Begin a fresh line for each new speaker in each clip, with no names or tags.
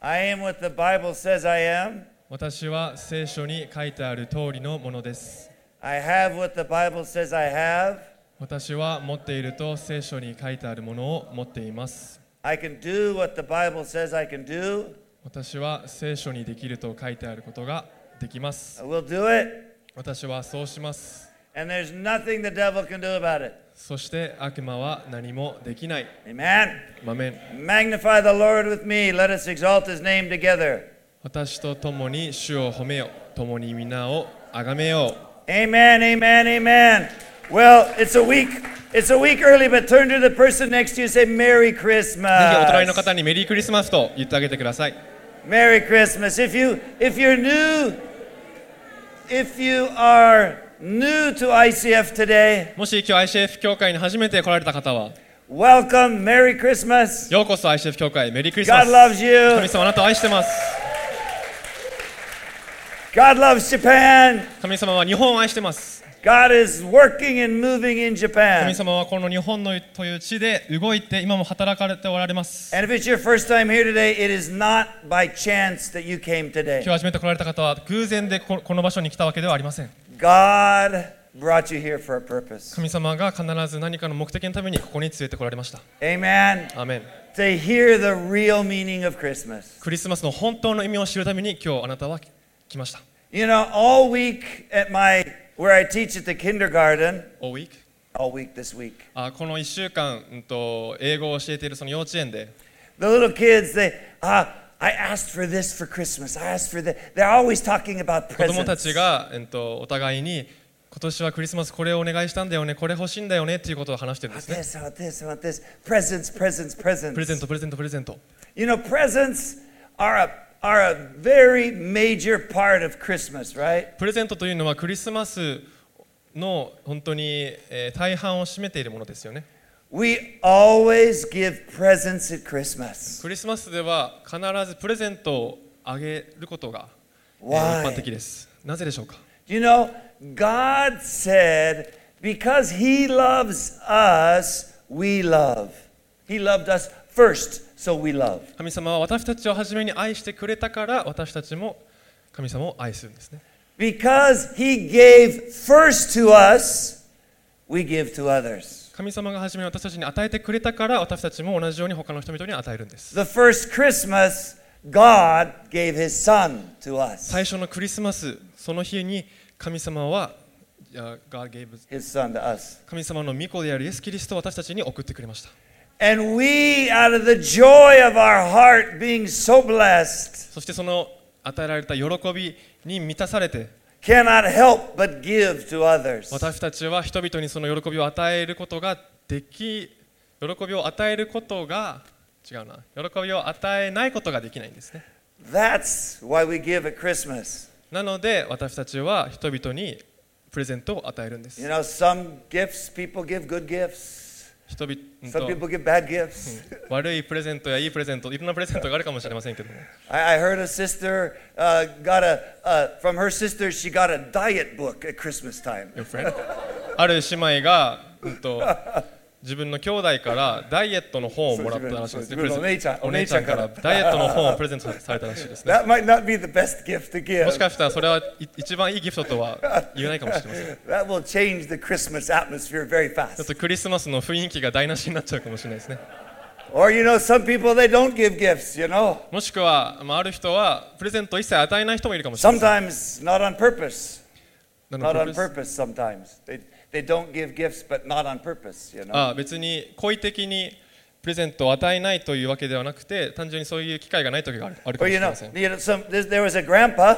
I am what the Bible says I am.
私は聖書に書いてある通りのものです
I have what the Bible says I have.
私は持っていると聖書に書いてあるものを持っています
I can do what the Bible says I can do.
私は聖書にできると書いてあることができます
I will do it.
私はそうします
And there's nothing the devil can do about it.
そして悪魔は何もできない
Amen.
アメン
Magnify the Lord with me. Let us exalt his name together.
私と共に主を褒めよ共に皆を崇めよう
Amen, amen, amen. Well, it's a week. It's a week early, but turn to the person next to you and say, Merry
ぜひお隣の
Christmas.
方にメリークリスマスと言ってあげてください
Merry Christmas. If you if you're new, if you are new to ICF today,
もし今日 ICF 教会に初めて来られた方は
welcome. Merry Christmas.
ようこそ ICF 教会メリークリスマ
God
ス
loves
神
you.
様あなたを愛してます
God loves Japan.
神様は日本を愛してます
God is working and moving in
神
Japan.
様はこの日本のという地で動いて今も働かれておられます
And if it's your first time here today, it is not by chance that you came today.
今日初めて来られた方は偶然でここの場所に来たわけではありません
God brought you here for a purpose.
神様が必ず何かの目的のためにここに連れてこられました
Amen.
アーメン
To hear the real meaning of Christmas.
クリスマスの本当の意味を知るために今日あなたは来ました
You know, all week at my where I teach at the kindergarten,
All week?
all week this week,
あこの1週間、うんと、英語を教えているその幼稚園で
the little kids they ah I asked for this for Christmas. I asked for that. They're always talking about
子供た
presents.
ちが、うんと、お互いに今年はクリスマスこれをお願いしたんだよねこれ欲しいんだよねっていうことを話してるんで
About
すね
this, about this, about this. Presents, presents, presents.
プレゼントプレゼントプレゼント
You know, presents are a are a very major part of Christmas, right?
プレゼントというのはクリスマスの本当に、えー大半を占めているものですよね
We always give presents at Christmas.
クリスマスでは必ずプレゼントをあげることが、えー
Why?
一般的ですなぜでしょうか
You know, God said, because He loves us, we love. He loved us first, so we love.
神様は私たちを初めに愛してくれたから私たちも神様を愛するんですね
Because He gave first to us, we give to others.
神様が初めに私たちに与えてくれたから私たちも同じように他の人々に与えるんです
The first Christmas, God gave His Son to us.
最初のクリスマスその日に神様はいや God gave us-
His Son to us.
神様の御子であるイエス・キリストを私たちに送ってくれました
And we, out of the joy of our heart being so blessed,
そしてその与えられた喜びに満たされて
cannot help but give to others.
私たちは人々にその喜びを与えることができ喜びを与えることが違うな喜びを与えないことができないんですね
That's why we give at Christmas.
なので私たちは人々にプレゼントを与えるんです
You know, some gifts, people give good gifts.
人々うん
Some
と
people give bad
Hmm.
gifts.
悪いプレゼントやいいプレゼントいろんなプレゼントがあるかもしれませんけども
I, I heard a sister uh, got a, uh, from her sister, she got a diet book at Christmas time.
ある姉妹が、うん、と自分の兄弟からダイエットの本をもらったらしいんです
そう自分の
プレゼント
お
お
姉
姉
ち
ち
ゃ
ゃ
ん
ん
か
かららダイエットの本をプレゼントされたらしいですね
That might not be the best gift to
もし
give.
かしたらそれはい一番いいギフトとは言えないかもしれませんち
That will change the Christmas atmosphere very
ょっ
fast.
とクリスマスの雰囲気が台無しになっちゃうかもしれないですね
Or, you know, some people, they don't give gifts, you know.
もしくは、まあ、ある人はプレゼントを一切与えない人もいるかもしれません
Sometimes not on purpose.
なの
Not
で
on purpose sometimes. They, they don't give gifts, but not on purpose, you know.
あ別に故意的にプレゼントを与えないというわけではなくて単純にそういう機会がない時があるあるか
Well,
もし
you
れ
know,
ません
you know some, there, there was a grandpa,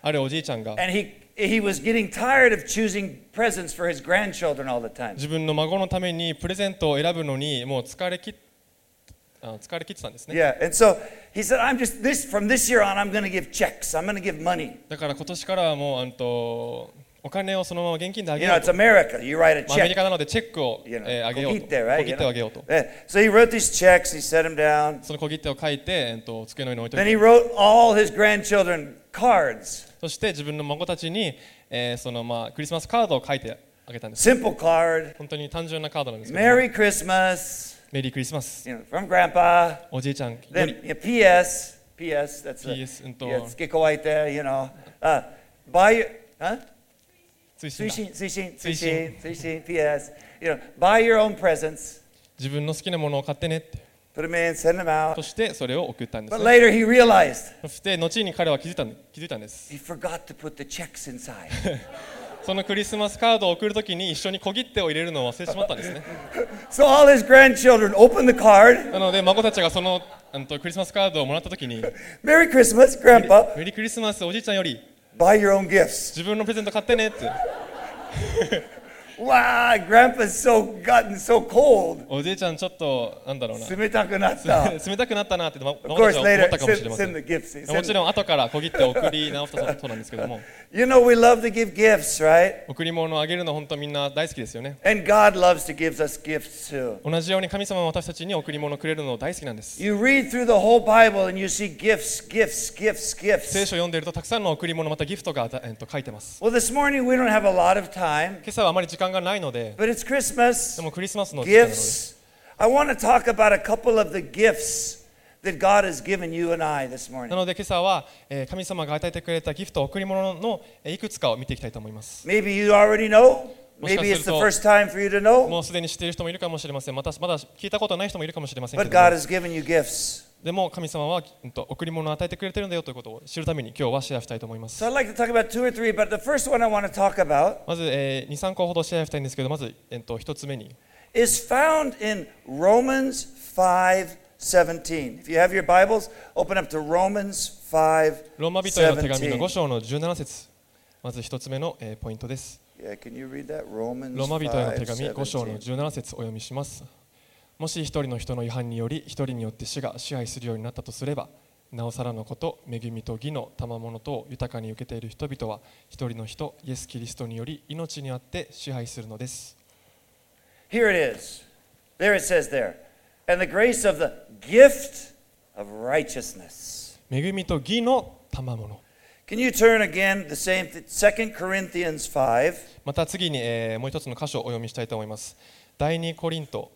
あるおじいちゃんが
and he, he was getting tired of choosing presents for his grandchildren all the time.
自分の孫のためにプレゼントを選ぶのにもう疲れきっあ疲れ切ってたんですね
Yeah, and so he said, I'm just this from this year on, I'm going to give checks. I'm going to give money.
だから今年からはもうあんとお金をそのまま現金であげ
You
よ
know,
う
it's
と、
America. You write a
まあ、アメ
check.
リカなのでチェックを、
You know,
えーあげようと
coquite, right?
小切
You
手をあげ
know?
ようと
Yeah. So he wrote these checks. He set them down.
その小切手を書いて、えー、と机の上に置いてお
Then
く
he wrote all his grandchildren cards,
そして自分の孫たちに、えーそのまあ、クリスマスカードを書いてあげたんです
simple card,
本当に単純なカードなんですけども
Merry Christmas,
メリークリスマス
you know, from Grandpa.
おじいちゃんより
Then you know, P.S. PS. That's a-
PS うんと
yeah, it's Kikowaite, you know. Uh, buy your, huh?
推進
推
だ
進、推進、推
推
進
進、
推進、PS. You know, buy your own presents,
自分の好きなものを買ってねって。
put them in, send them out.
そしてそれを送ったんです
But
ね。
later he realized
そして後に彼は気づいたん気づいたんです。
he forgot to put the checks inside.
そのクリスマスカードを送るときに一緒に小切手を入れるのを忘れてしまったんです ね。
so all his grandchildren opened the card.
なので孫たちがそのうんとクリスマスカードをもらったときに、
Merry Christmas, Grandpa.
メリークリスマスおじいちゃんより
Buy your own gifts.
自分のプレゼント買ってねって。
Wow, Grandpa's so gotten so cold.
おじいちゃんちょっとなんだろうな。
冷たくなった.
冷たくなったなって孫
Of
た
course,
ちは思
later
ったかもしれ
send,
ません
send。the gifts.
もち
Send,
ろん後から小切手を送り直したそうなんですけども
you know we love to give gifts, right?
贈り物をあげるの本当みんな大好きですよね
And God loves to give us gifts too.
同じように神様は私たちに贈り物をくれるの大好きなんです
You read through the whole Bible and you see gifts, gifts, gifts,
聖
gifts.
書を読んでいるとたくさんの贈り物またギフトが、えっと、書いてます
Well, this morning we don't have a lot of time,
今朝はあまり時間がないので
but it's Christmas,
でもクリスマスの時期なので
gifts. I want to talk about a couple of the gifts that God has given you and I this
な
morning.
ので今朝は、えー神様が与えてくれたギフト贈り物のえーいくつかを見ていきたいと思います
Maybe you already know. Maybe it's the
もしかすると、
first time for you to know,
もうすでに知っている人もいるかもしれませんまたまだ聞いたことない人もいるかもしれませんけ
but
ど
God
も
has given you gifts.
でも神様は、うんと、贈り物を与えてくれてるんだよということを知るために今日はシェアしたいと思います
So I'd like to talk about two or three, but the first one I want to talk about
まず、えー、23個ほどシェアしたいんですけどまず、えっと、1つ目に
is found in Romans 5 17. If you have your Bibles, open up to Romans 5
ローマ人への手紙の5
17.
章の17節まず1つ目の、えーポイントです
Yeah, can you read that? Romans
ローマ人への手紙5
5
章の
17.
17節お読みしますもし一人の人の違反により一人によって死が支配するようになったとすればなおさらのこと恵みと義の賜物とを豊かに受けている人々は一人の人イエス・キリストにより命にあって支配するのです
Here it is. There it says there. And the grace of the gift of righteousness.
恵みと義の賜物
Can you turn again the same th- 2 Corinthians 5?
また次に、えーもう一つの箇所をお読みしたいと思います第2コリント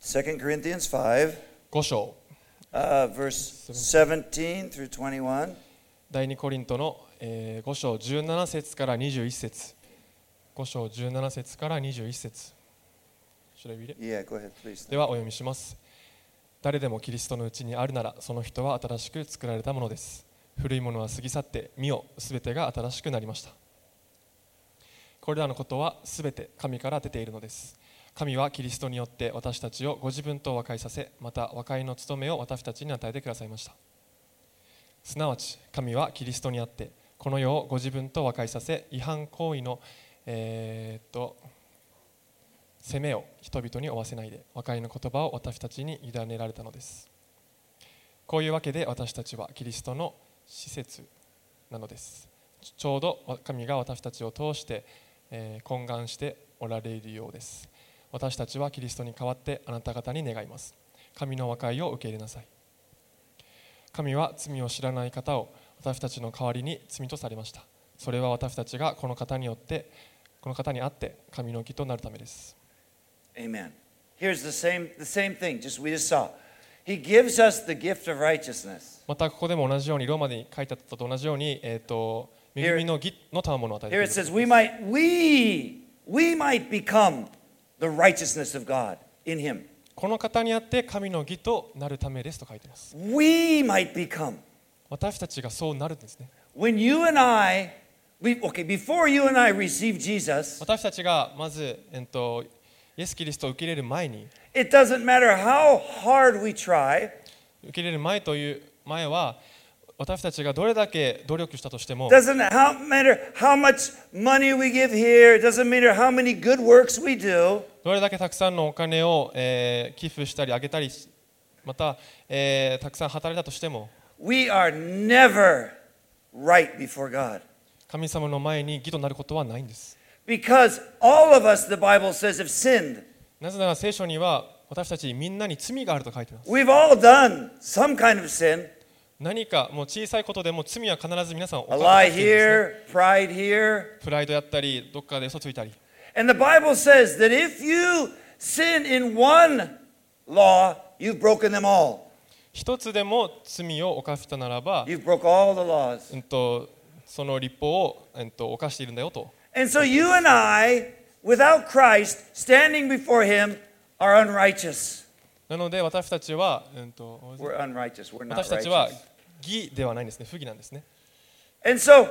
2 Corinthians 5,
5章
uh, verse 17 through 21.
第2コリントの、えー5章17節から21節5章17節から21節 Should I read it?
Yeah, go ahead, please.
ではお読みします誰でもキリストのうちにあるならその人は新しく作られたものです古いものは過ぎ去って見よすべてが新しくなりましたこれらのことはすべて神から出ているのです神はキリストによって私たちをご自分と和解させまた和解の務めを私たちに与えてくださいましたすなわち神はキリストにあってこの世をご自分と和解させ違反行為のえーっと責めを人々に負わせないで和解の言葉を私たちに委ねられたのですこういうわけで私たちはキリストの施設なのですちちょうど神が私たちを通して、えー懇願しておられるようです私たちはキリストに代わってあなた方に願います神の和解を受け入れなさい神は罪を知らない方を私たちの代わりに罪とされましたそれは私たちがこの方によってこの方にあって神の義となるためです
Amen. Here's the same the same thing, just we just saw. He gives us the gift of righteousness.
またここでも同じようにローマに書いてあったと同じように、えー、と恵みの義の賜物を与えて
Here
くれ
it
る
says we might we we might become the righteousness of God in him.
この方にあって神の義となるためですと書いてます
We might become.
私たちがそうなるんですね
When you and I we, okay, before you and I receive Jesus,
私たちがまず、えー、とイエス・キリストを受け入れる前に
it doesn't matter how hard we try,
受け入れる前という前は私たちがどれだけ努力したとしても
doesn't how, matter how much money we give here, it doesn't matter how many good works we do,
どれだけたくさんのお金を、えー寄付したりあげたりしまた、えーたくさん働いたとしても
we are never right before God.
神様の前に義となることはないんです
Because all of us, the Bible says, have sinned.
なぜなら聖書には私たちみんなに罪があると書いてます。
We've all done some kind of sin.
何かもう小さいことでも罪は必ず皆さんを
A
犯して
lie
いるんですね
here, pride here.
プライドやったり、どっかで嘘ついたり。
And the Bible says that if you sin in one law, you've broken them all.
一つでも罪を犯したならば、
You've broke all the laws.
うん、とその立法を、うん、と犯しているんだよと
And so you and I, without Christ, standing before him, are unrighteous.
なので私たちは、うん、と
We're unrighteous. We're not
私たちは
righteous.
義ではないんですね不義なんですね
And so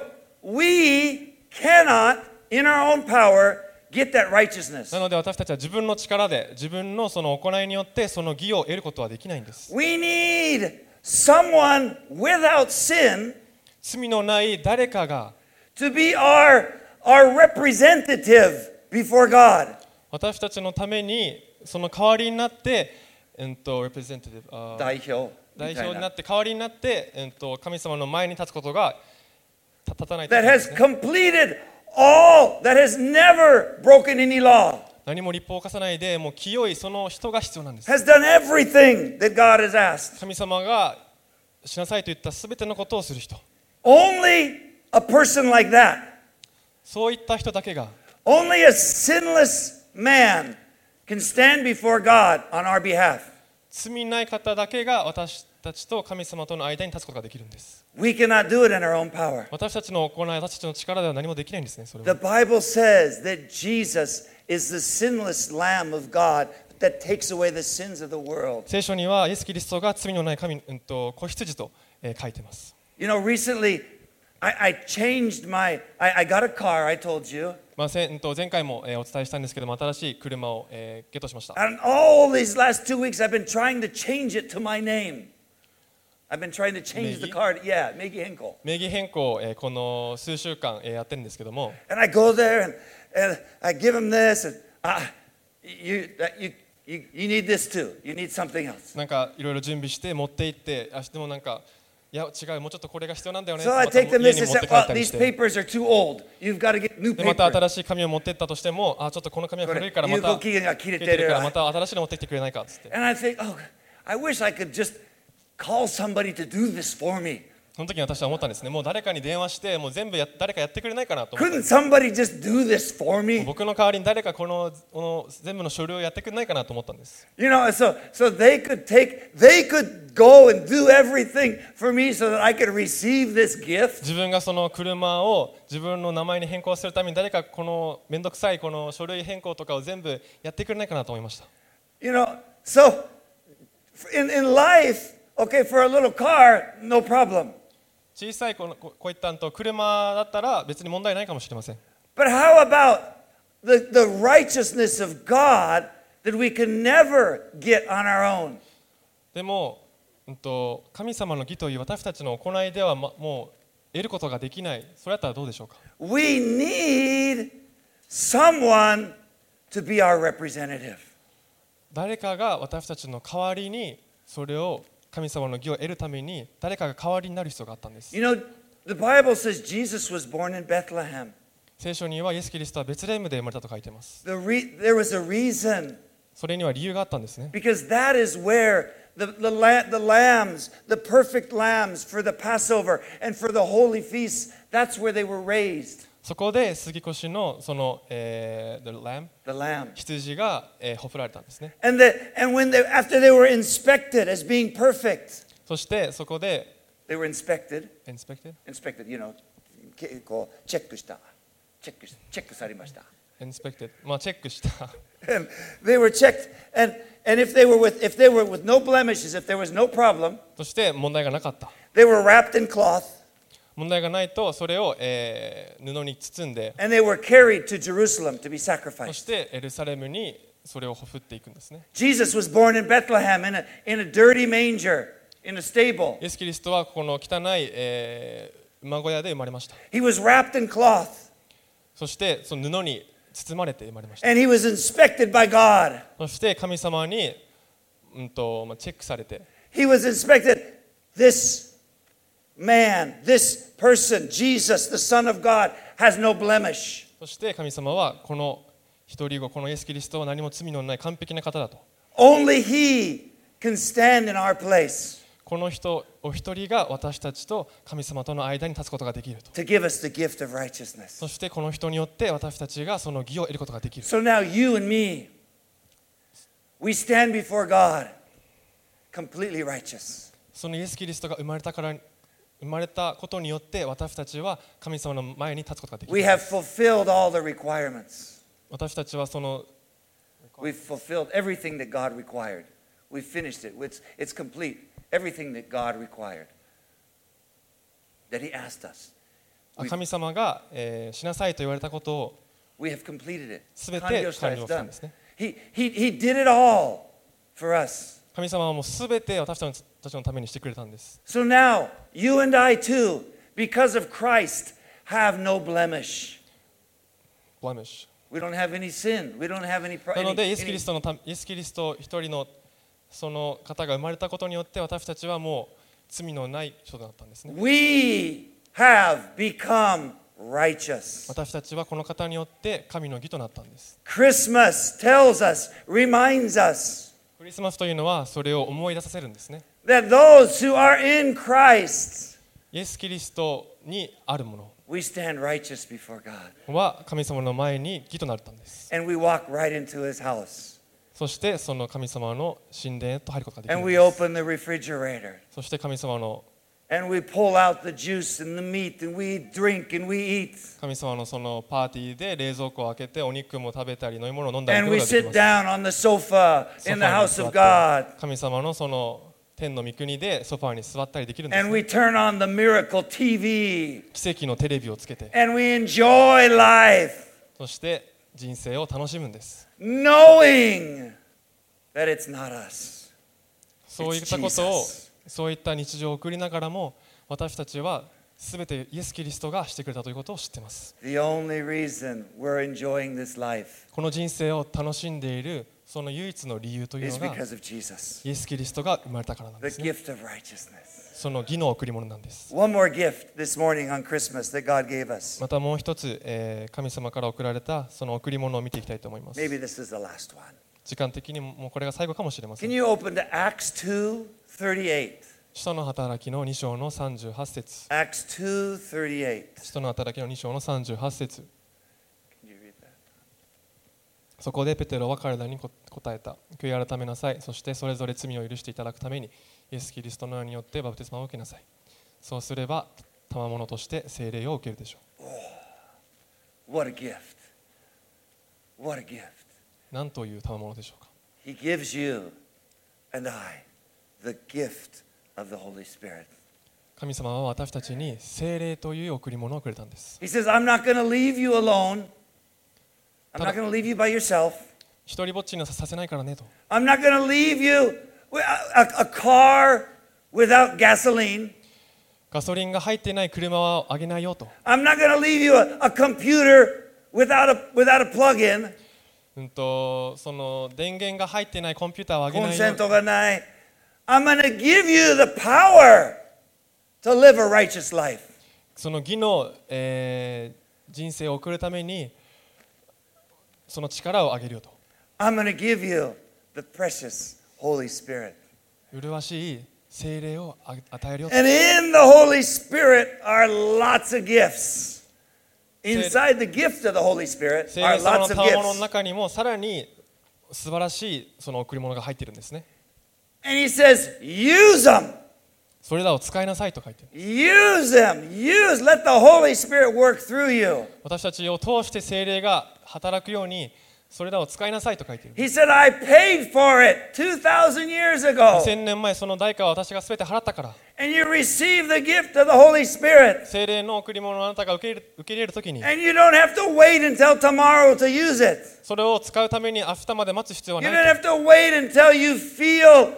we cannot, in our own power, get that righteousness.
なので私たちは自分の力で自分のその行いによってその義を得ることはできないんです
We need someone without sin
罪のない誰かが
to be our, our representative before God.
私たちのためにその代わりになって、うん、と representative あー代表にな
代表みたいな。
って代わりになって、うん、と神様の前に立つことがた立たないとい
That
けな
has
いですね、
completed all, that has never broken any law,
何も立法を犯さないでもう清いその人が必要なんです
has done everything that God has asked.
神様がしなさいと言った全てのことをする人
Only a person like that,
そういった人だけが
only a sinless man can stand before God on our behalf.
罪ない方だけが私たちと神様との間に立つことができるんです
We cannot do it in our own power.
私たちの行い私たちの力では何もできないんですねそれ
The
は
Bible says that Jesus is the sinless Lamb of God that takes away the sins of the world.
聖書にはイエス・キリストが罪のない神、うん、と子羊と、えー書いてます
You know, recently I, I changed my, I, I got a car, I told you.
まあせうんと前回も、えーお伝えしたんですけども新しい車を、えーゲットしました
And all these last two weeks I've been trying to change it to my name. I've been trying to change the
Miggy?
car. To, yeah, Miggy Hinkle.
名義変更を、えーこの数週間、えーやってるんですけども
And I go there and, and I give him this and ah, you, that- you, you, you need this too. You need something else.
なんかいろいろ準備して持って行ってあでもなんかいや違うもうちょっとこれが必要なんだよね
So
ま
I
た
take
家
them
に持っ
this and
て帰
say,
っ
well,
たり
these
して
papers are too old. You've got to get new
でまた
paper.
新しい紙を持ってったとしてもあちょっとこの紙は古いから
これ
ま
有効
た
期限が切れてる
切からまた新しいの持ってきてくれないかっつって
And I think, oh, I wish I could just call somebody to do this for me.
その時に私は思ったんですねもう誰かに電話してもう全部や誰かやってくれないかなと思って
Couldn't somebody just do this for me?
僕の代わりに誰かこのこの全部の書類をやってくれないかなと思ったんです
You know, so so they could take, they could go and do everything for me so that I could receive this gift.
自分がその車を自分の名前に変更するために誰かこの面倒くさいこの書類変更とかを全部やってくれないかなと思いました
You know, so in in life, okay, for a little car, no problem.
小さいこのここういったんと車だったら別に問題ないかもしれません
But how about the, the righteousness of God that we can never get on our own?
でも、うん、と神様の義という私たちの行いでは、ま、もう得ることができないそれだったらどうでしょうか
We need someone to be our representative.
誰かが私たちの代わりにそれを神様の義を得るために誰かが代わりになる必要があったんです
You know, the Bible says Jesus was born in Bethlehem.
聖書にはイエス・キリストはベツレヘムで生まれたと書いてます
The re- there was a reason
それには理由があったんですね
because that is where the, the, la- the lambs, the perfect lambs for the Passover and for the holy feasts, that's where they were raised.
そこで杉越のその、えー the lamb
The lamb.
羊が、えーほふられたんですね
And, the, and when they, after they were inspected as being perfect,
そしてそこで
they were inspected,
inspected
inspected, you know, チェックした。チェックし、チェックされました。
inspected まあチェックした
And they were checked, and, and if, they were with, if they were with no blemishes, if there was no problem,
そして問題がなかった
they were wrapped in cloth,
問題がないとそれを、えー布に包んで
and they were carried to Jerusalem to be
そ
sacrificed.
してエルサレムにそれをほふっていくんですね
Jesus was born in Bethlehem in a, in a dirty manger, in a stable.
イエス・キリストはここの汚い、えー馬小屋で生まれました
He was wrapped in cloth,
そしてその布に包まれて生まれました
and he was inspected by God.
そして神様に、うんとまあ、チェックされて
He was inspected. This man, this person, Jesus, the Son of God, has no blemish.
そして神様はこの一人子このイエス・キリストは何も罪のない完璧な方だと
Only he can stand in our place.
この人お一人が私たちと神様との間に立つことができると
to give us the gift of righteousness.
そしてこの人によって私たちがその義を得ることができる
So now you and me, we stand before God completely righteous.
そのイエス・キリストが生まれたから生まれたことによって私たちは神様の前に立つことができ
We
る
have fulfilled all the requirements.
私たちはその
We've fulfilled everything that God required. We finished it. It's, it's complete. Everything that God required, that He asked us.
あ神様が、えーしなさいと言われたことを
We have completed it.
全て
完了した。
完了した
It's done.
んですね。
He, he, he did it all for us.
神様はもう全て私たちのためにしてくれたんです
So now, you and I too, because of Christ, have no blemish.
blemish
We don't have any sin. We don't have any
な
pride.
のでイエス・キリストのたイエス・キリスト一人のその方が生まれたことによって私たちはもう罪のない人だったんですね
We have become righteous.
私たちはこの方によって神の義となったんです
Christmas tells us, reminds us,
クリスマスというのはそれを思い出させるんですね
that those who are in Christ,
イエス・キリストにあるも
we stand righteous before God.
のは神様の前に義となったんです
And we walk right into His house.
そしてその神様の神殿へと入ることができる
And
ん
we
です
open the refrigerator.
そして神様の
and we pull out the juice and the meat and we drink and we eat
神様のそのパーティーで冷蔵庫を開けてお肉も食べたり飲み物を飲んだり
and
という
we
ことができ
sit
ます
down on the sofa
ソ
in
フ
the
ァーに
house
座っ
of
て
God
神様のその天の御国でソファーに座ったりできるんです
and
ね、
we turn on the miracle TV
奇跡のテレビをつけて
and we enjoy life
そして人生を楽しむんです
knowing that it's not us.
そういったことを
Jesus
そういった日常を送りながらも私たちは全てイエス・キリストがしてくれたということを知っています
The only reason we're enjoying this life
この人生を楽しんでいるその唯一の理由という
is
のが
because of Jesus,
イエス・キリストが生まれたからなん
the
です、ね、
gift of righteousness.
その義の贈り物なんです
One more gift this morning on Christmas that God gave us.
またもう一つ、えー神様から贈られたその贈り物を見ていきたいと思います
Maybe this is the last one.
時間的にももうこれが最後かもしれませ
Can
ん
you open to Acts 2 38?
使徒の働きの2章の38節
Acts 2:38.
使徒の働きの2章の38節
Can you read that?
そこでペテロは彼らにこ答えた悔い改めなさいそしてそれぞれ罪を許していただくためにイエス・キリストの名によってバプテスマを受けなさいそうすれば賜物として聖霊を受けるでしょ
What a gift. What a gift.
う何という賜物でしょうか
He gives you and I the gift of the Holy Spirit.
神様は私たちに聖霊という贈り物をくれたんです
He says, "I'm not going to leave you alone. I'm not going to leave you by yourself.
一人ぼっちにはさせないからねと
I'm not going to leave you with a, a- a car without gasoline.
ガソリンが入っていない車はあげないよと、
I'm not going to leave you a, a computer without a without a plug-in.
うん、とその電源が入っていないコンピューターはあげ
コ
な
ン
い
セ
よ
ントがない。I'm going to give you the power to live a righteous life.
その義の、えー人生を送るためにその力をあげるよと
I'm going to give you the precious Holy Spirit.
麗しい精霊をあ与えるよと
And in the Holy Spirit are lots of gifts. Inside the gift of the Holy Spirit
精
are
霊様
lots
の
of
賜物の
gifts.
中にもさらに素晴らしいその贈り物が入っているんですね
And he says, use them,
それらを使いなさいと書いてある
use them, use. Let the Holy Spirit work through you.
私たちを通して精霊が働くようにそれらを使いなさいと書いている
He said, I paid for it 2,000 years ago.
2000年前その代価は私が全て払ったから
And you receive the gift of the Holy Spirit.
精霊の贈り物をあなたが受け入れる受け入れる時に
And you don't have to wait until tomorrow to use it.
それを使うために明日まで待つ必要は
You
ない
don't have to wait until you feel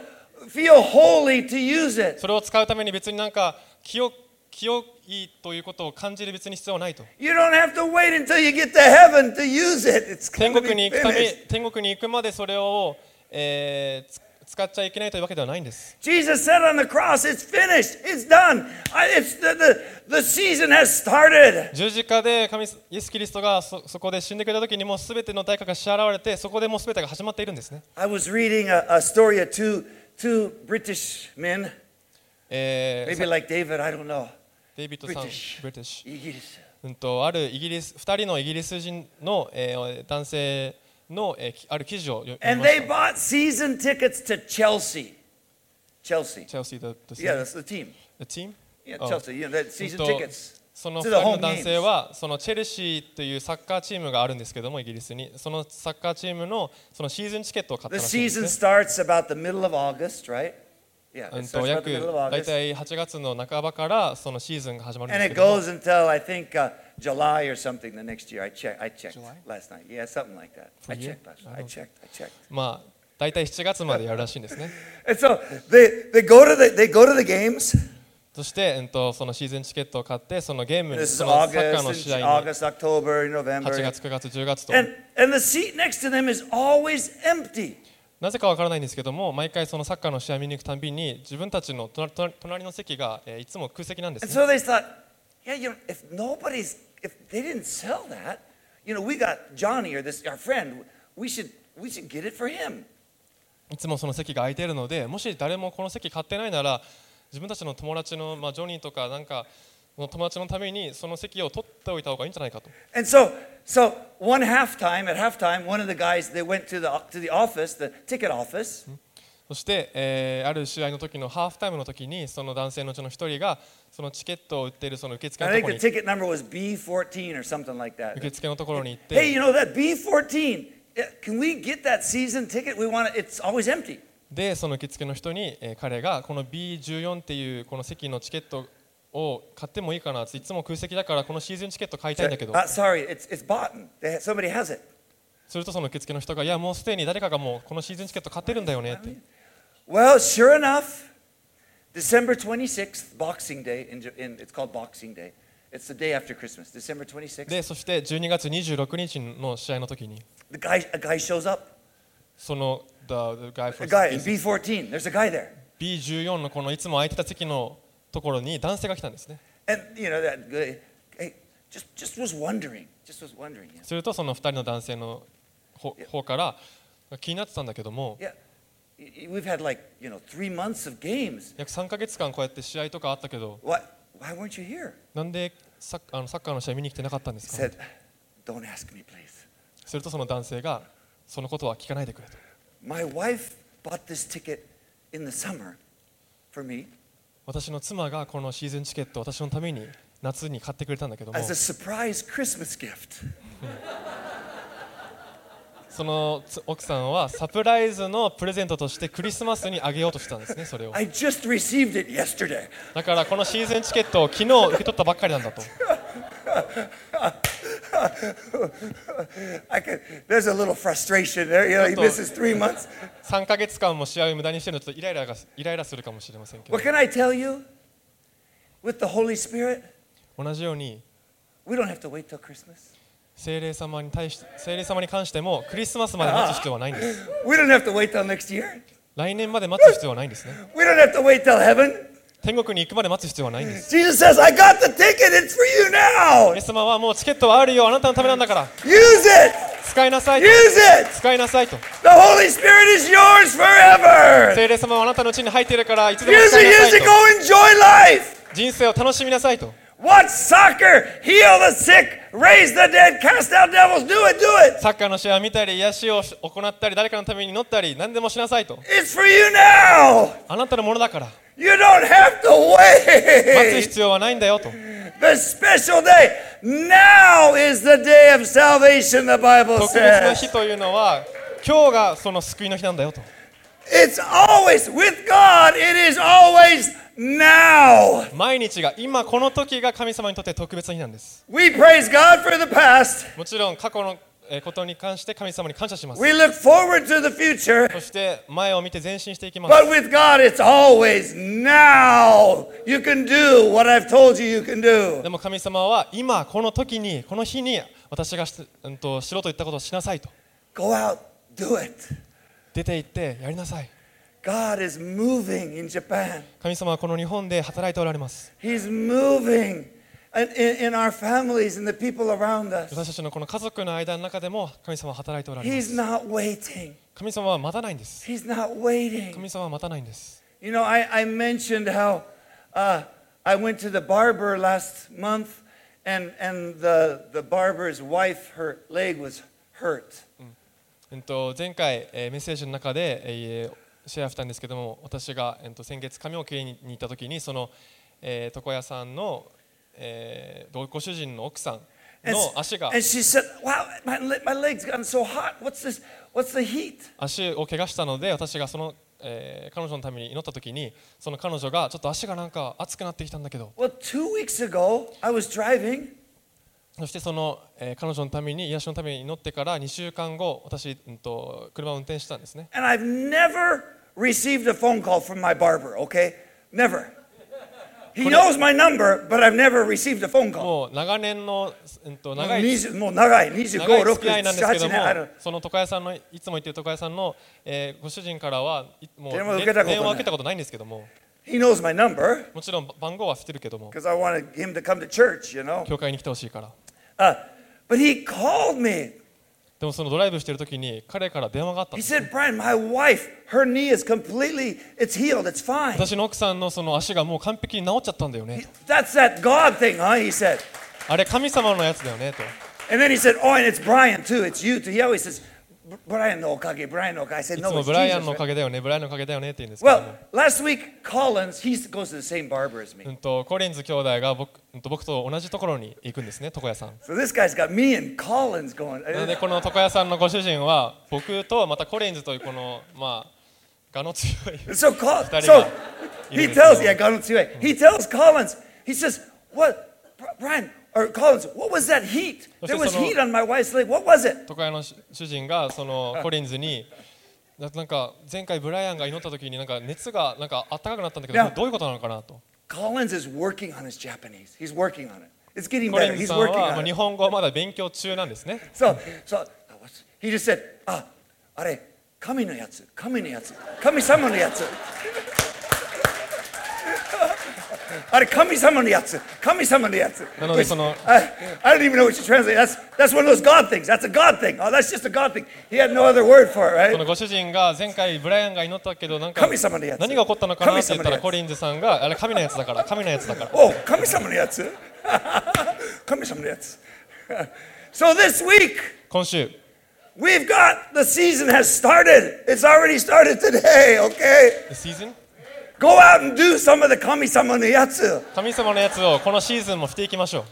feel holy to use it.
それを使うために別になんか清清いということを感じる別に必要はないと
You don't have to wait until you get to heaven to use it. It's
天
going to
国
be
に行くため
finished.
天国に行くまでそれを、えーつ使っちゃいけないというわけではないんです
Jesus said on the cross, "It's finished. It's done. I, it's the, the the season has started."
十字架で神イエス・キリストがそそこで死んでくれた時にもう全ての代価が支払われてそこでもう全てが始まっているんですね、
I was reading a, a story of two two British men,
えー
maybe like David. I don't know.
デイビッドさん
British
British
Yes.
うんとあるイギリス2人のイギリス人の、えー男性の、えーきある記事を読みま
And
し
they
た
bought season tickets to Chelsea. Chelsea.
Chelsea, the, the,
Yeah,
season,
that's the team.
the team?
Yeah,
Oh.
Chelsea. You know, that
うん
season
と
tickets.
その
To
2
the
人
home
の男性はそのチェルシーというサッカーチームがあるんですけどもイギリスにそのサッカーチームのそのシーズンチケットを買ったら
The
しいんです
season
ね
starts about the middle of August, right? Yeah,
う
it
ん
starts
と
about
約
the middle of
大
August.
体8月の半ばからそのシーズンが始まるん
And
ですけ
it
ども
goes until I think uh, July or something the next year. I checked. I checked
July?
last night. Yeah, something like that.
For
I
a year?
checked. Last
I
night. I,
don't-
checked. I checked.
まあ大体7月までやるらしいんですね
And so they, they go to the they go to the games.
そして、うん、とそのシーズンチケットを買ってそのゲームに
This is
そのサッカーの
August,
試合
and
に
August, October,
8
November.
月9月10月と
And and the seat next to them is always empty.
なぜかわからないんですけども毎回そのサッカーの試合見に行くたんびに自分たちの隣隣隣の席が、えーいつも空席なんです
And
ね
so they thought, yeah, you know, if nobody's, if they didn't sell that, you know, we got Johnny or this our friend, we should we should get it for him.
いつもその席が空いているのでもし誰もこの席買ってないなら自分たちの友達の、まあ、ジョニーとかなんかの友達のためにその席を取っておいた方がいいんじゃないかと
And so so one halftime at halftime, one of the guys they went to the to the office, the ticket office,
そして、えーある試合の時のハーフタイムの時にその男性のうちの一人がそのチケットを売っているその受付
and
の
I
と
think
ころ
the
に
ticket number was B14 or something like that.
受付のところに行っ
Hey, you
て
know that B14? yeah, Can we get that season ticket? We want it. It's always empty.
でその受付の人に、えー彼がこの B14 っていうこの席のチケットを買ってもいいかなっていつも空席だからこのシーズンチケット買いたいんだけど
Uh, sorry, it's it's bought. They, somebody has it.
するとその受付の人がいやもうすでに誰かがもうこのシーズンチケット買ってるんだよねって
Well, sure enough, December 26th, Boxing Day, in, Ja- in, it's called Boxing Day. It's the day after Christmas, December 26th.
でそして12月26日の試合の時に
The guy, a guy shows up.
その the, the guy
A
from
guy in B14. There's a guy there.
B14 のこのいつも空いてた席のところに男性が来たんですね
And, you know, that guy, hey, just, just was wondering. Just was wondering. Yeah.
するとその2人の男性のほ方から気になってたんだけども
yeah. Y- y- We've had like, you know, three months of games.
約3ヶ月間こうやって試合とかあったけど
Why, why weren't you here?
なんでサッあのサッカーの試合見に来てなかったんで
He
すか
said, don't ask me, please.
するとその男性がそのことは聞かないでくれと
My wife bought this ticket in the summer for me
私の妻がこのシーズンチケットを私のために夏に買ってくれたんだけども
as a surprise Christmas gift.
そのつ奥さんはサプライズのプレゼントとしてクリスマスにあげようとしてたんですねそれを
I just received it yesterday.
だからこのシーズンチケットを昨日受け取ったばっかりなんだと
I could, there's a little frustration there. You know, he
Toto.
misses three months.
3ヶ月間も試合を無駄にしてるのちょっとイライラがイライラするかもしれませんけど
What can I tell you? With the Holy Spirit,
同じように
we don't have to wait till Christmas.
聖霊様に対し聖霊様に関してもクリスマスまで待つ必要はないんです
We don't have to wait till next year.
来年まで待つ必要はないんですね
We don't have to wait till heaven.
天国に行くまで待つ必要はないんです
Jesus says, I got the ticket. It's for you now.
イエス様はもうチケットはあるよあなたのためなんだから
Use it.
使いなさい
Use it.
使いなさいと
The Holy Spirit is yours forever.
聖霊様はあなたのうちに入っているからいつでも
Use
使い
it.
な
Use
さい
it.
と
Go enjoy life.
人生を楽しみなさいと
Watch soccer. Heal the sick. Raise the dead. Cast out devils. Do it. Do it.
サッカーの試合を見たり癒しを行ったり誰かのために祈ったり何でもしなさいと
It's for you now.
あなたのものだから
You don't have to
待つ
wait.
必要はないんだよと
The special day. Now is the day of salvation, the Bible
特別な
says.
日というのは今日がその救いの日なんだよと
It's always, with God, it is always now.
毎日が今この時が神様にとって特別な日なんです
We praise God for the past.
もちろん過去のえーことに関して神様に感謝します
We look forward to the future.
そして前を見て前進していきます
But with God, it's always now. You can do what I've told you you can do.
でも神様は今この時にこの日に私がし,、うん、としろと言ったことをしなさいと
Go out, do it.
出て行ってやりなさい
God is moving in Japan.
神様はこの日本で働いておられます
He's moving in, in, in our families and the people around us.
私たちのこの家族の間の中でも神様は働いておられま
He's
す
not waiting.
神様は待たないんです
He's not waiting.
神様は待たないんです
You know, I, I mentioned how uh, I went to the barber last month, and, and the, the barber's wife, her leg was hurt.
うんと前回、えーメッセージの中で、えーシェアしたんですけども私が、えっと、先月髪を切りに行った時にその、えー床屋さんの、えーご主人の奥さん
And,
の足が
and she said, Wow, my, le- my legs gotten so hot. What's this? What's the heat?
足を怪我したので私がその、えー彼女のために祈った時にその彼女がちょっと足がなんか熱くなってきたんだけど
Well, two weeks ago, I was driving
そしてその、えー彼女のために癒しのために祈ってから2週間後私、うん、と車を運転したんですね
and I've never received a phone call from my barber, okay? Never. He
Correct.
knows my number, but I've never received a phone call.
もう長年の、うん、と長い
20もう長い
長い
25、
付き合いなんですけど
6、
も
7、8、
その床屋さんのいつも行ってる床屋さんの、えーご主人からはいもう
電話を受けたことない
電話を受けたことないんですけども
He knows my number
もちろん番号は知ってるけども
because I wanted him to come to church, you know.
教会に来てほしいから
Uh, but he called me.
でもそのドライブしてる時に彼から電話があったん
He
です
said, Brian, my wife, her knee is completely, it's healed, it's fine.
私の奥さんのその足がもう完璧に治っちゃったんだよね
That's that God thing, huh? He said.
あれ神様のやつだよねと
And then he said, oh, and it's Brian too, it's you too. He always says, "Br- Brian no okage, Brian no okage. I
い
said,
つ
no,
も
it's
ブライア
Jesus.
ンのお
right?"
かげだよねブライアンのおかげだよねって言うんですけど
Well,
も
last week, Collins, he goes to the same barber as
う
me.
んとコリンズ兄弟が僕うんと僕と同じところに行くんですね床屋さん
So this guy's got me and Collins going.
なのでこの床屋さんのご主人は僕とまたコリンズというこのまあ我の強い
So, Col-
二人
so
がいる
he
んですけど
tells, yeah, God don't see it. He tells Collins, he says, what, Br- Brian, or Collins, what was that heat? There was heat on my wife's leg. What was it?
床屋の主主人がそのコリンズにななんか前回ブライアンが祈った時になんか熱がなんか暖かくなったんだけど
いや
これどういうことなのかなと
Collins is working on his Japanese. He's working on it. It's getting
コリ
better.
ンズ
He's
さん
working
はまあ
on
日
it.
本語をまだ勉強中なんですね
So, so what's- he just said, ah, are, kami no yatsu, kami no yatsu, kami sama no yatsu. Are kami sama no yatsu, kami sama no yatsu.
なので、
Which-
その-
I, I don't even know what you translate. That's that's one of those God things. That's a God thing. Oh, that's just a God thing. He had no other word for it,
その
right?
ご主人が前回ブライアンが祈ったけどなんか
神様のやつ
何が起こったのかなって言った
神様のや
ら
つ
コリンズさんがあれ神のやつだから神のやつだから
Oh, kami sama no yatsu, kami sama no yatsu. So this week.
今週
We've got the season has started. It's already started today, okay?
The season?
Go out and do some of the kamisama no yatsu.
神様のやつをこのシーズンもしていきましょ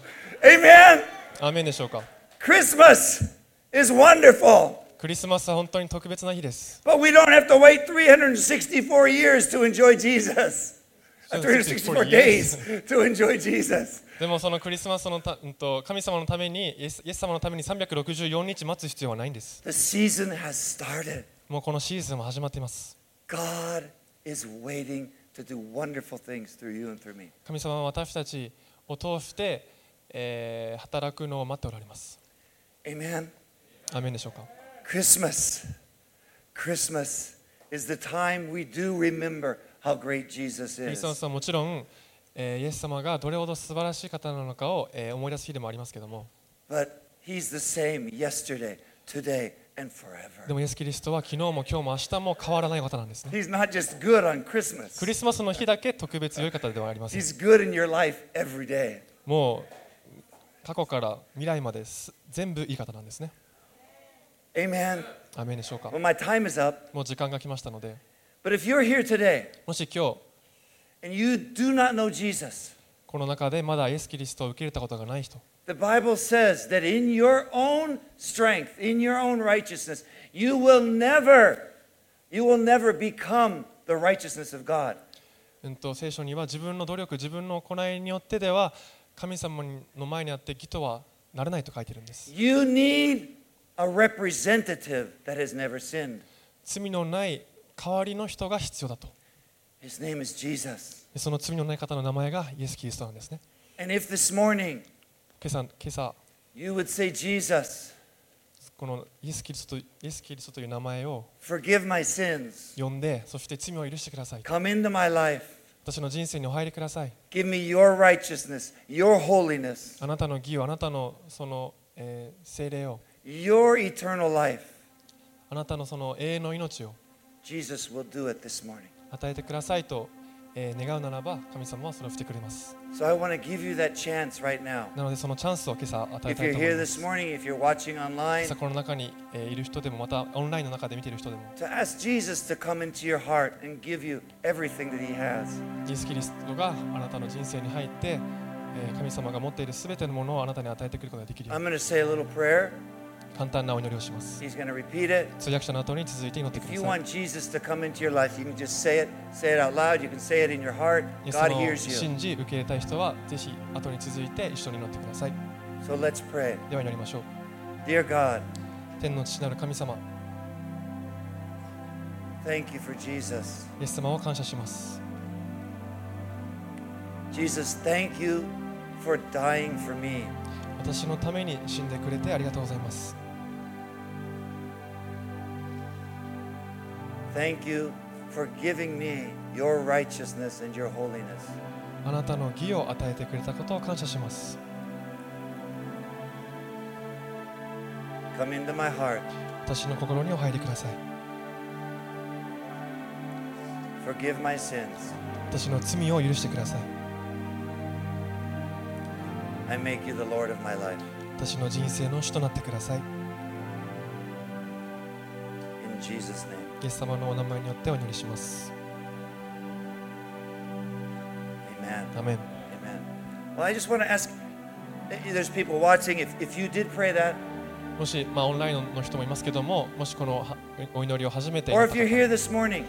う
Amen.
アーメンでしょうか
Christmas is wonderful,
クリスマスは本当に特別な日です
but we don't have to wait 364 years to enjoy Jesus. Uh, 364 days to enjoy Jesus.
でもそのクリスマスのた、うん、と神様のためにイエスイエス様のために364日待つ必要はないんです
The season has started.
もうこのシーズンも始まっています
God is waiting to do wonderful things through you and through me.
神様は私たちを通して、えー働くのを待っておられます
Amen.
アーメンでしょうか
Christmas. Christmas is the time we do remember how great Jesus
クリス
is.
マスはもちろん、えーイエス様がどれほど素晴らしい方なのかを、えー思い出す日でもありますけども
But he's the same yesterday, today, and
で
forever.
もイエス・キリストは昨日も今日も明日も変わらない方なんですね
He's not just good on Christmas.
クリスマスの日だけ特別良い方ではありません
He's good in your life every day.
もう過去から未来まです全部いい方なんですね
Amen.
アーメンでしょうか
Well, my time is up.
もう時間が来ましたので
But if you're here today
もし今日
and you do not know Jesus,
この中でまだイエス・キリストを受け入れたことがない人
the Bible says that in your own strength, in your own righteousness, you will never, you will never become the righteousness of God.
うんと聖書には自分の努力自分の行いによってでは神様の前にあって義とはならないと書いてるんです
You need a representative that has never sinned.
罪のない代わりの人が必要だと
His name is Jesus.
でその罪のない方の名前がイエス・キリストなんですね
And if this morning
今朝今朝
you would say, Jesus,
このイエス・キリストとイエス・キリストという名前を
forgive my sins,
呼んでそして罪を許してください
come into my life,
私の人生にお入りください
give me your righteousness, your holiness,
あなたの義をあなたのその、えー精霊を
your eternal life,
あなたのその永遠の命を
Jesus will do it this morning.
与えてくださいと、えー願うならば神様はそれをしてくれます
So I want to give you that chance right now.
なのでそのチャンスを今朝与え
If
た
you're
いと思い
here
ま
this
す
morning, if you're watching online,
さあこの中に、えーいる人でもまたオンラインの中で見ている人でも
to ask Jesus to come into your heart and give you everything that He has.
イエス・キリストがあなたの人生に入って、えー神様が持っているすべてのものをあなたに与えてくることができるよう
I'm going
に
to say a little prayer.
簡単なお祈りをします
He's going to repeat it.
通訳者の後に続いて祈って
If
くだ
you
さい
want Jesus to come into your life, you can just say it. Say it out loud. You can say it in your heart.
イエス
God
様を
hears you.
信じ受け入れたい人はぜひ後に続いて一緒に祈ってください
So let's pray.
では祈りましょう
Dear God,
天の父なる神様
thank you for Jesus.
イエス様を感謝します
Jesus, thank you for dying for me.
私のために死んでくれてありがとうございます
Thank you for giving me your righteousness and your holiness.
あなたの義を与えてくれたことを感謝します
Come into my heart.
私の心にお入りください
Forgive my sins.
私の罪を許してください
I make you the Lord of my life.
私の人生の主となってください
In Jesus' name.
イエス様のお名前によってお祈りします
Amen.
アメン
Amen. Well, I just want to ask eh, there's people watching. If, if you did pray that,
もし、まあ、オンラインの人もいますけどももしこのはお祈りを初めて
or
の
if
方
you're here
今
this morning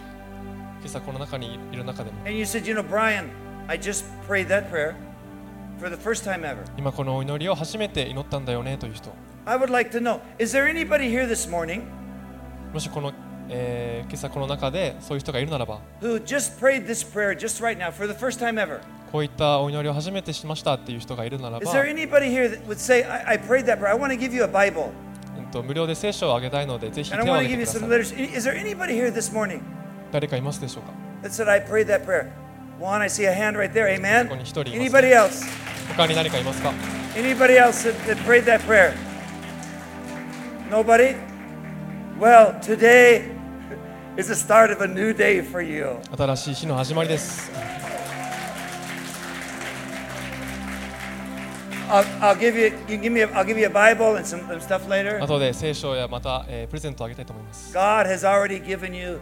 朝この中にいる中でも
and you said, you know, Brian, I just prayed that prayer for the first time ever,
今このお祈りを初めて祈ったんだよねという人
I would like to know is there anybody here this morning
もしこの、えー今朝この中でそういう人がいるならば
who just prayed this prayer just right now for the first time ever?
こういったお祈りを初めてしましたっていう人がいるなら
Is
ば、
there anybody here that would say, I, I prayed that prayer? I want to give you a Bible
うんと無料で聖書をあげたいのでぜひ手を
and I want
挙
to
げ
give you some
てください
letters. Is there anybody here this morning
誰かいますでしょうか
that said, I prayed that prayer? Juan, I see a hand right there. Amen.
そこに一人いますね。
Anybody else?
他に何かいますか
Anybody else that, that prayed that prayer? Nobody? Well, today is the start of a new day for you.
新しい日の始まりです
I'll, I'll give you, you give me, a, I'll give you a Bible and some, some stuff later.
後で聖書やまた、えープレゼントをあげたいと思います
God has already given you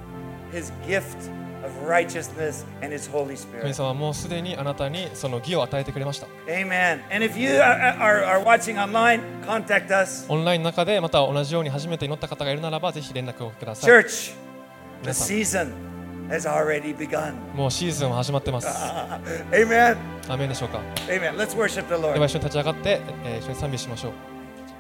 His gift of righteousness and His Holy
神
Spirit.
様はもうすでにあなたにその義を与えてくれました
Amen. And if you are, are, are watching online, contact us.
オンラインの中でまた同じように初めて祈った方がいるならばぜひ連絡をください
Church, the
皆さ
season has already begun.
んもうシーズンは始まってます
Amen.
アーメンでしょうか
Amen. Let's worship the
では
Lord.
一緒に立ち上がって、えー一緒に賛美しましょう